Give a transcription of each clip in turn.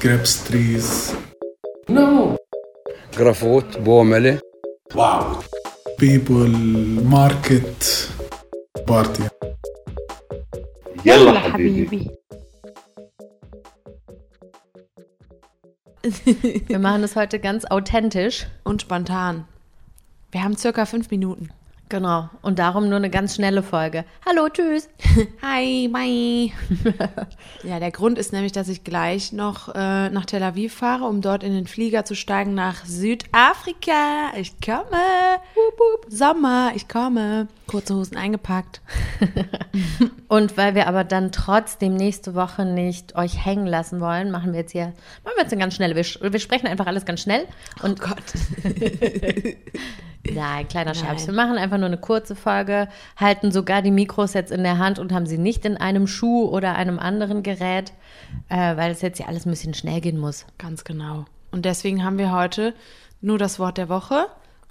grabs trees. No. Grafot, Bomele. Wow. People, market, party. يلا حبيبي Wir machen das heute ganz authentisch. Und spontan. Wir haben circa fünf Minuten. Genau. Und darum nur eine ganz schnelle Folge. Hallo, tschüss. Hi, bye. ja, der Grund ist nämlich, dass ich gleich noch äh, nach Tel Aviv fahre, um dort in den Flieger zu steigen nach Südafrika. Ich komme. Wup, wup. Sommer, ich komme. Kurze Hosen eingepackt. Und weil wir aber dann trotzdem nächste Woche nicht euch hängen lassen wollen, machen wir jetzt hier, machen wir jetzt eine ganz schnelle, wir, sch- wir sprechen einfach alles ganz schnell. Und Oh Gott. Nein, kleiner Nein. Scherz. Wir machen einfach nur eine kurze Folge, halten sogar die Mikros jetzt in der Hand und haben sie nicht in einem Schuh oder einem anderen Gerät, äh, weil es jetzt ja alles ein bisschen schnell gehen muss. Ganz genau. Und deswegen haben wir heute nur das Wort der Woche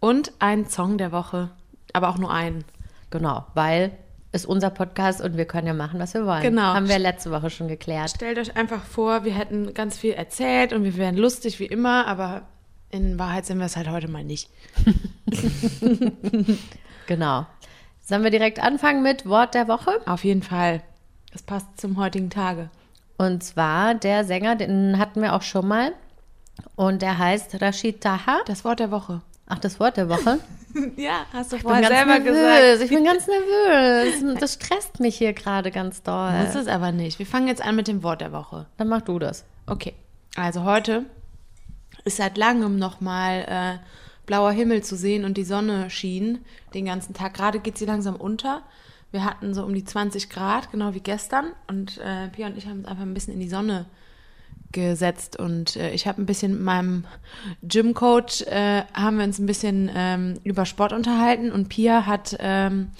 und einen Song der Woche. Aber auch nur einen. Genau, weil ist unser Podcast und wir können ja machen, was wir wollen. Genau. Haben wir letzte Woche schon geklärt. Stellt euch einfach vor, wir hätten ganz viel erzählt und wir wären lustig wie immer, aber in Wahrheit sind wir es halt heute mal nicht. Genau. Sollen wir direkt anfangen mit Wort der Woche? Auf jeden Fall. Das passt zum heutigen Tage. Und zwar der Sänger, den hatten wir auch schon mal. Und der heißt Rashid Taha. Das Wort der Woche. Ach, das Wort der Woche. Ja, hast du Ich bin vorher ganz selber nervös. gesagt. Ich bin ganz nervös. Das stresst mich hier gerade ganz doll. Das ist aber nicht. Wir fangen jetzt an mit dem Wort der Woche. Dann mach du das. Okay, also heute ist seit langem nochmal äh, blauer Himmel zu sehen und die Sonne schien den ganzen Tag. Gerade geht sie langsam unter. Wir hatten so um die 20 Grad, genau wie gestern. Und äh, Pia und ich haben uns einfach ein bisschen in die Sonne gesetzt und äh, ich habe ein bisschen mit meinem Gymcoach äh, haben wir uns ein bisschen ähm, über Sport unterhalten und Pia hat ähm,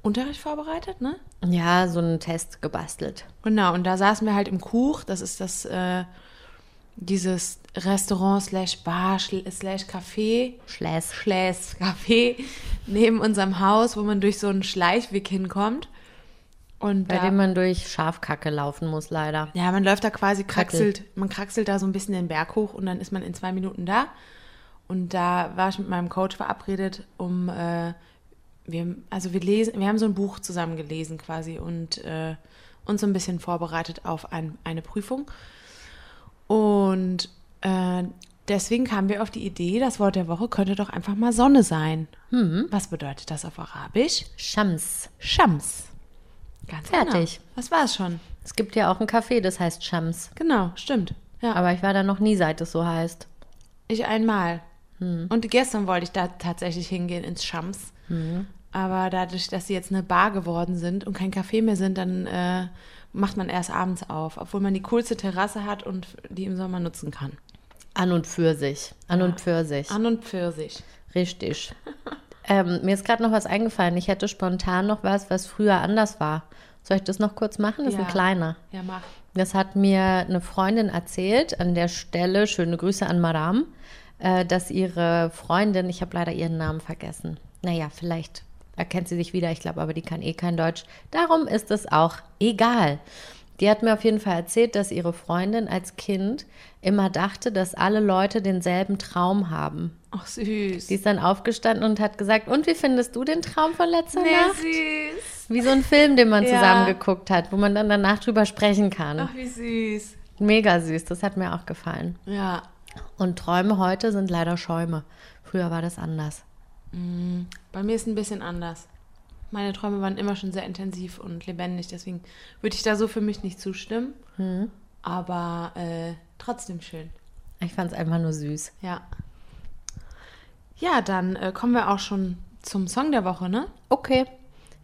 Unterricht vorbereitet, ne? Ja, so einen Test gebastelt. Genau, und da saßen wir halt im Kuch, das ist das, äh, dieses Restaurant slash Bar schl- slash Café, Schläß. slash Café, neben unserem Haus, wo man durch so einen Schleichweg hinkommt. Und Bei da, dem man durch Schafkacke laufen muss, leider. ja, man läuft da quasi, Krackel. kraxelt, man kraxelt da so ein bisschen den Berg hoch und dann ist man in zwei Minuten da. Und da war ich mit meinem Coach verabredet, um, äh, wir, also wir lesen, wir haben so ein Buch zusammen gelesen quasi und äh, uns so ein bisschen vorbereitet auf ein, eine Prüfung. Und äh, deswegen kamen wir auf die Idee, das Wort der Woche könnte doch einfach mal Sonne sein. Was bedeutet das auf Arabisch? Shams. Shams. Ganz Fertig. Genau. Das war es schon. Es gibt ja auch ein Café, das heißt Shams. Genau, stimmt. Ja. Aber ich war da noch nie, seit es so heißt. Ich einmal. Hm. Und gestern wollte ich da tatsächlich hingehen ins Schams. Hm. Aber dadurch, dass sie jetzt eine Bar geworden sind und kein Café mehr sind, dann äh, macht man erst abends auf, obwohl man die coolste Terrasse hat und die im Sommer nutzen kann. An und für sich. An und für sich. An und für sich. Richtig. ähm, mir ist gerade noch was eingefallen. Ich hätte spontan noch was, was früher anders war. Soll ich das noch kurz machen? Das ist Ja. ein kleiner. Ja, mach. Das hat mir eine Freundin erzählt, an der Stelle, schöne Grüße an Madame, äh, dass ihre Freundin, ich habe leider ihren Namen vergessen. Naja, vielleicht erkennt sie sich wieder, ich glaube aber, die kann eh kein Deutsch. Darum ist es auch egal. Die hat mir auf jeden Fall erzählt, dass ihre Freundin als Kind immer dachte, dass alle Leute denselben Traum haben. Ach, süß. Die ist dann aufgestanden und hat gesagt, und wie findest du den Traum von letzter Nacht? nee, süß. Wie so ein Film, den man Ja. zusammen geguckt hat, wo man dann danach drüber sprechen kann. Ach, wie süß. Mega süß, das hat mir auch gefallen. Ja. Und Träume heute sind leider Schäume. Früher war das anders. Bei mir ist ein bisschen anders. Meine Träume waren immer schon sehr intensiv und lebendig, deswegen würde ich da so für mich nicht zustimmen. Hm. Aber äh, trotzdem schön. Ich fand es einfach nur süß. Ja. Ja, dann äh, kommen wir auch schon zum Song der Woche, ne? Okay,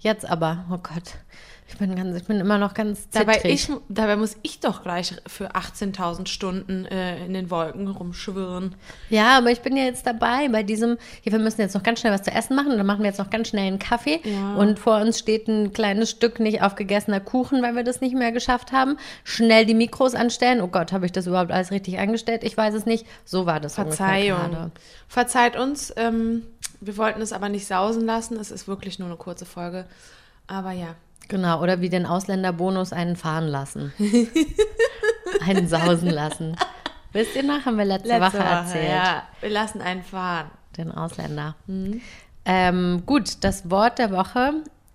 jetzt aber, oh Gott, ich bin, ganz, ich bin immer noch ganz Dabei, zittrig. ich, dabei muss ich doch gleich für 18.000 Stunden äh, in den Wolken rumschwirren. Ja, aber ich bin ja jetzt dabei bei diesem, hier, wir müssen jetzt noch ganz schnell was zu essen machen und dann machen wir jetzt noch ganz schnell einen Kaffee Ja. und vor uns steht ein kleines Stück nicht aufgegessener Kuchen, weil wir das nicht mehr geschafft haben. Schnell die Mikros anstellen. Oh Gott, habe ich das überhaupt alles richtig angestellt? Ich weiß es nicht. So war das ungefähr gerade. Verzeihung. Verzeiht uns. Ähm, wir wollten es aber nicht sausen lassen. Es ist wirklich nur eine kurze Folge. Aber ja. Genau, oder wie den Ausländerbonus einen fahren lassen. einen sausen lassen. Wisst ihr noch, haben wir letzte, Woche erzählt. Ja, Mhm. wir lassen einen fahren. Den Ausländer. Ähm, gut, das Wort der Woche.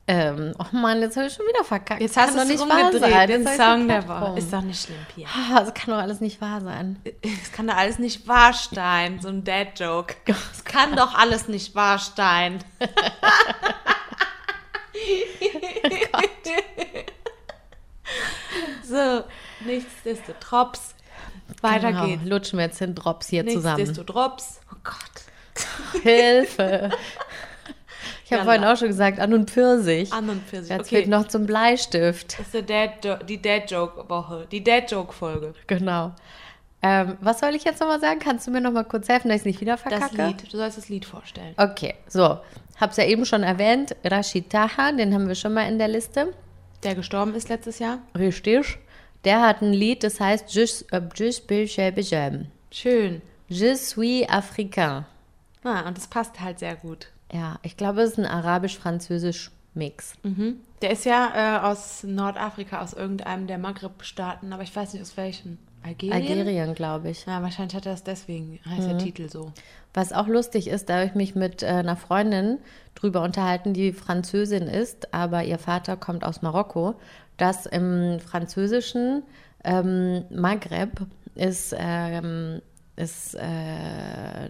Ähm, oh Mann, jetzt habe ich schon wieder verkackt. Jetzt hast Kann du es doch nicht wahr rumgedreht, sein. den Jetzt hab ich Song der verkackt Woche. rum. Ist doch nicht schlimm, Pia. Ah, Das kann doch alles nicht wahr sein. Es kann doch alles nicht wahr sein, so ein Dad-Joke. Es kann doch alles nicht wahr sein. Oh so, nichtsdestotrotz. Weiter Genau, geht's. Lutschen wir jetzt den Drops hier zusammen. Nichtsdestotrotz. Oh Gott. Hilfe. Ich habe Ja, vorhin na. auch schon gesagt, an und Pfirsich. An und für sich. Jetzt Okay. fehlt noch zum Bleistift. Das ist der Dad die Dad-Joke-Woche. Die Dad-Joke-Folge. Genau. Ähm, was soll ich jetzt nochmal sagen? Kannst du mir nochmal kurz helfen, dass ich es nicht wieder verkacke? Das Lied. Du sollst das Lied vorstellen. Okay, so. Hab's ja eben schon erwähnt. Rashid Taha, den haben wir schon mal in der Liste. Der gestorben ist letztes Jahr. Richtig. Der hat ein Lied, das heißt Je, s- äh, je, suis Belgique. Schön. je suis africain. Ah, und das passt halt sehr gut. Ja, ich glaube, es ist ein arabisch-französisch-Mix. Der ist ja äh, aus Nordafrika, aus irgendeinem der Maghreb-Staaten, aber ich weiß nicht aus welchen. Algerien? Algerien, Mhm. glaube ich. Ja, wahrscheinlich hat er das deswegen, heißt der Titel so. Was auch lustig ist, da habe ich mich mit äh, einer Freundin drüber unterhalten, die Französin ist, aber ihr Vater kommt aus Marokko, dass im französischen ähm, Maghreb ist, ähm, ist äh,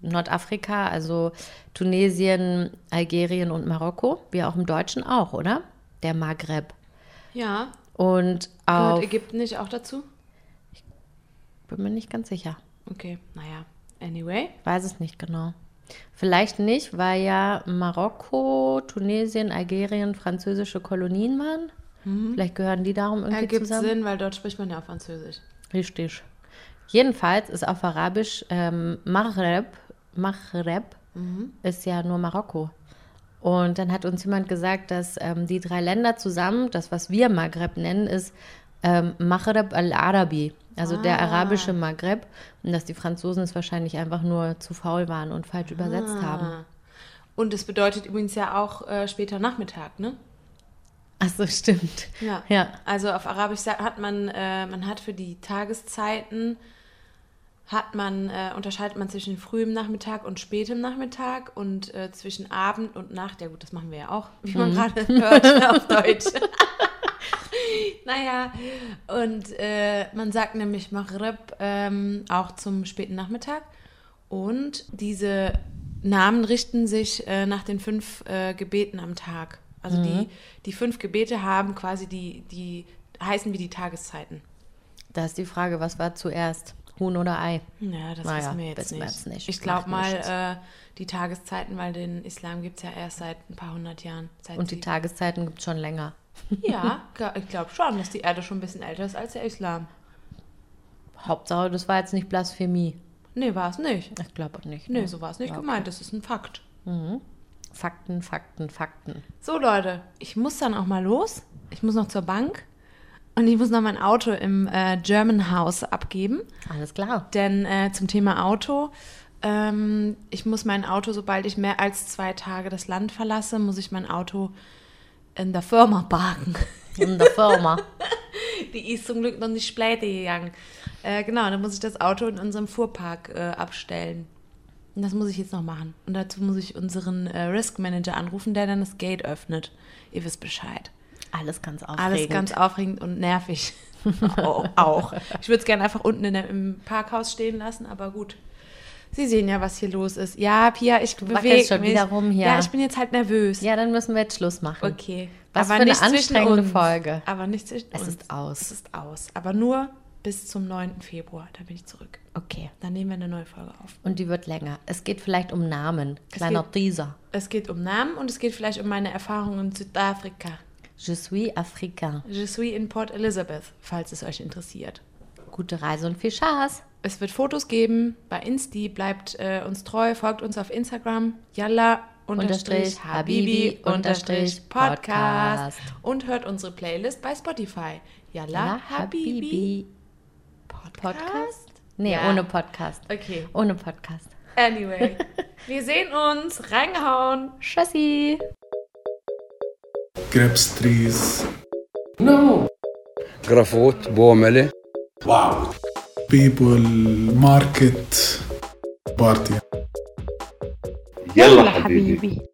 Nordafrika, also Tunesien, Algerien und Marokko, wie auch im Deutschen auch, oder? Der Maghreb. Ja, Und gehört auch, Ägypten nicht auch dazu? bin mir nicht ganz sicher. Okay, naja. Anyway, Weiß es nicht genau. Vielleicht nicht, weil ja Marokko, Tunesien, Algerien französische Kolonien waren. Vielleicht gehören die darum irgendwie ergibt zusammen. Sinn, weil dort spricht man ja auch Französisch. Richtig. Jedenfalls ist auf Arabisch ähm, Maghreb, Maghreb ist ja nur Marokko. Und dann hat uns jemand gesagt, dass ähm, die drei Länder zusammen, das, was wir Maghreb nennen, ist ähm, Maghreb al-Arabi, also der arabische Maghreb. Und dass die Franzosen es wahrscheinlich einfach nur zu faul waren und falsch übersetzt haben. Ah. Und es bedeutet übrigens ja auch äh, später Nachmittag, ne? Ach so, stimmt. Ja. ja. Also auf Arabisch sa- hat man, äh, man hat für die Tageszeiten, hat man, äh, unterscheidet man zwischen frühem Nachmittag und spätem Nachmittag und äh, zwischen Abend und Nacht. Ja gut, das machen wir ja auch, wie man gerade hört auf Deutsch. naja, und äh, man sagt nämlich Maghrib ähm, auch zum späten Nachmittag. Und diese Namen richten sich äh, nach den fünf äh, Gebeten am Tag. Also Mhm. die, die fünf Gebete haben quasi die, die heißen wie die Tageszeiten. Da ist die Frage, was war zuerst? Huhn oder Ei? Ja, das Naja, wissen wir jetzt wissen nicht. wir jetzt nicht. Ich glaube mal Macht nichts. äh, die Tageszeiten, weil den Islam gibt es ja erst seit ein paar hundert Jahren. Seit Und die sie- Tageszeiten gibt es schon länger. Ja, ga- ich glaube schon, dass die Erde schon ein bisschen älter ist als der Islam. Hauptsache, das war jetzt nicht Blasphemie. Nee, war es nicht. Ich glaube nicht. Nee, ne? so war es nicht Ja, okay. gemeint. Das ist ein Fakt. Fakten, Fakten, Fakten. So, Leute, ich muss dann auch mal los. Ich muss noch zur Bank. Und ich muss noch mein Auto im äh, German House abgeben. Alles klar. Denn äh, zum Thema Auto, ähm, ich muss mein Auto, sobald ich mehr als zwei Tage das Land verlasse, muss ich mein Auto in der Firma parken. In der Firma. Die ist zum Glück noch nicht pleite gegangen. Äh, genau, dann muss ich das Auto in unserem Fuhrpark äh, abstellen. Und das muss ich jetzt noch machen. Und dazu muss ich unseren äh, Risk Manager anrufen, der dann das Gate öffnet. Ihr wisst Bescheid. Alles ganz aufregend. Alles ganz aufregend und nervig. Au- auch. Ich würde es gerne einfach unten in der, im Parkhaus stehen lassen, aber gut. Sie sehen ja, was hier los ist. Ja, Pia, ich bewege wackelst schon mich. wieder rum hier. Ja, ich bin jetzt halt nervös. Ja, dann müssen wir jetzt Schluss machen. Okay. Was für eine zwischen anstrengende Folge. Aber nicht zwischen Es uns. ist aus. Es ist aus. Aber nur bis zum 9. Februar. Da bin ich zurück. Okay. Dann nehmen wir eine neue Folge auf. Und die wird länger. Es geht vielleicht um Namen. Kleiner geht- Teaser. Es geht um Namen und es geht vielleicht um meine Erfahrungen in Südafrika. Je suis africain. Je suis in Port Elizabeth, falls es euch interessiert. Gute Reise und viel Spaß. Es wird Fotos geben bei Insti. Bleibt äh, uns treu, folgt uns auf Instagram. Yalla unterstrich Unterstrich Habibi Habibi unterstrich unterstrich Podcast. Podcast. Und hört unsere Playlist bei Spotify. Yalla Habibi Podcast. Podcast? Nee, Ja. ohne Podcast. Okay. Ohne Podcast. Anyway, wir sehen uns. Reingehauen. Tschüssi. grapes trees, No. غرفوت بومله Wow. people market party يلا حبيبي